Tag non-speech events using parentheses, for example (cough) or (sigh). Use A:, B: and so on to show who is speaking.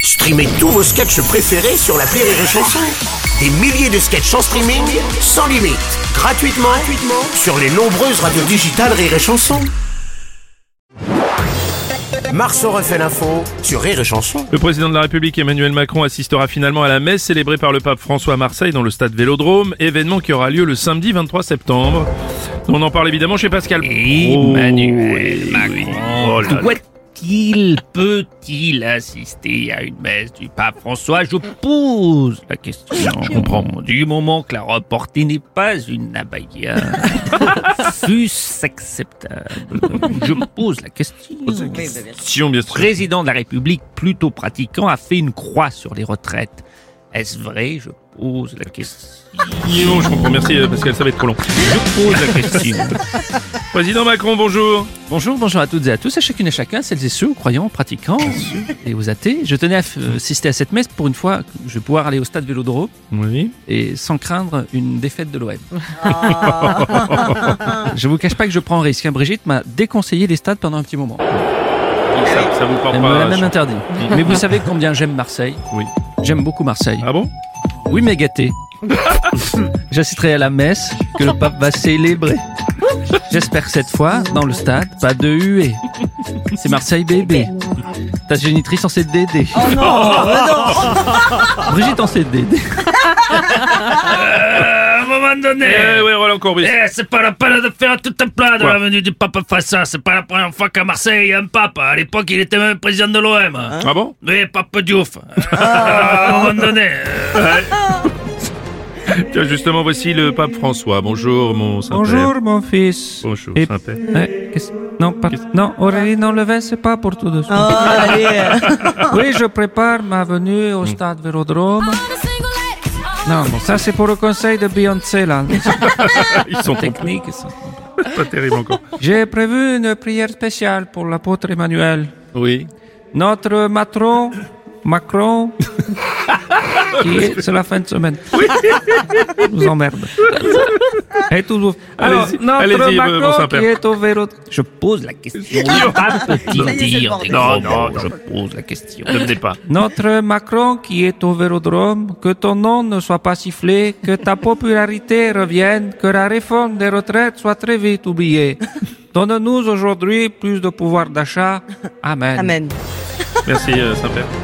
A: Streamez tous vos sketchs préférés sur la Rire et Chanson. Des milliers de sketchs en streaming, sans limite, gratuitement, gratuitement sur les nombreuses radios digitales Rire et Chanson. Marceau refait l'info sur Rire et Chanson.
B: Le président de la République Emmanuel Macron assistera finalement à la messe célébrée par le pape François à Marseille dans le stade Vélodrome, événement qui aura lieu le samedi 23 septembre. On en parle évidemment chez Pascal.
C: Oh Emmanuel
B: Oh, oui.
C: Macron.
B: Oh là là.
C: Doit-il, peut-il assister à une messe du pape François Je pose la question. Je comprends. Du moment que la robe portée n'est pas une (laughs) abaya, fût-ce acceptable Je pose la question.
B: Sion, bien
C: Le
B: sûr.
C: président de la République, plutôt pratiquant, a fait une croix sur les retraites. Est-ce vrai Je pose la question.
B: Bon, je comprends. Merci euh, Pascal, ça va être trop long.
C: Je pose la question.
B: Président Macron, bonjour.
D: Bonjour, bonjour à toutes et à tous, à chacune et chacun, celles et ceux, aux croyants, aux pratiquants et aux athées. Je tenais à euh, assister à cette messe pour une fois, que je vais pouvoir aller au stade Vélodrome
B: Oui.
D: et sans craindre une défaite de l'OM. (laughs) je vous cache pas que je prends un risque. hein. Brigitte m'a déconseillé les stades pendant un petit moment.
B: Ça, ça vous parle
D: Elle me
B: pas.
D: Euh, l'a même
B: je-
D: interdit. Mais vous savez combien j'aime Marseille
B: Oui.
D: J'aime beaucoup Marseille.
B: Ah bon
D: Oui, mais gâté. J'assisterai à la messe que le pape va célébrer. J'espère que cette fois, dans le stade, pas de huée. C'est Marseille bébé. Ta génitrice en CDD. Oh (laughs) non, Brigitte en CDD.
C: À un moment donné.
B: Eh ouais, Roland Courbis.
C: Eh, c'est pas la peine de faire tout un plat de
B: Quoi
C: la venue du pape Fassa. C'est pas la première fois qu'à Marseille, il y a un pape. À l'époque, il était même président de l'OM.
B: Ah bon Ah.
C: oui, pape Diouf. (laughs) à un moment donné. euh,
B: Tiens, justement, voici le pape François. Bonjour, mon saint
D: mon fils.
B: Bonjour,
D: Et-
B: Saint-Père.
D: Eh, qu'est-ce- non, pas- non, Aurélie, non, le vin, c'est pas pour tout de suite.
B: Ah,
D: (laughs) Oui, je prépare ma venue
B: Mm.
D: au stade Vélodrome. Non, bon, ça c'est pour le conseil de Beyoncé, là.
B: (laughs) Ils sont
D: Technique, ça.
B: pas terribles encore.
D: J'ai prévu une prière spéciale pour l'apôtre Emmanuel.
B: Oui.
D: Notre matron, Macron,
B: (laughs)
D: qui est- c'est la fin de semaine. Nous emmerde. Et tout vous- Alors,
B: Allez-y,
D: notre
B: allez-y,
D: Macron
B: mon Saint-Père.
D: qui est au vélo. Je pose la question.
C: Peut-il Ah, dire des
B: Non,
C: gros
B: non,
C: mots
B: non.
C: Je pose la question.
B: Ne venez pas.
D: Notre Macron qui est au vélodrome, que ton nom ne soit pas sifflé, que
B: (laughs)
D: ta popularité revienne, que la réforme des retraites soit très vite oubliée. Donne-nous aujourd'hui plus de pouvoir d'achat. Amen.
E: Amen.
B: Merci, euh, Saint-Père.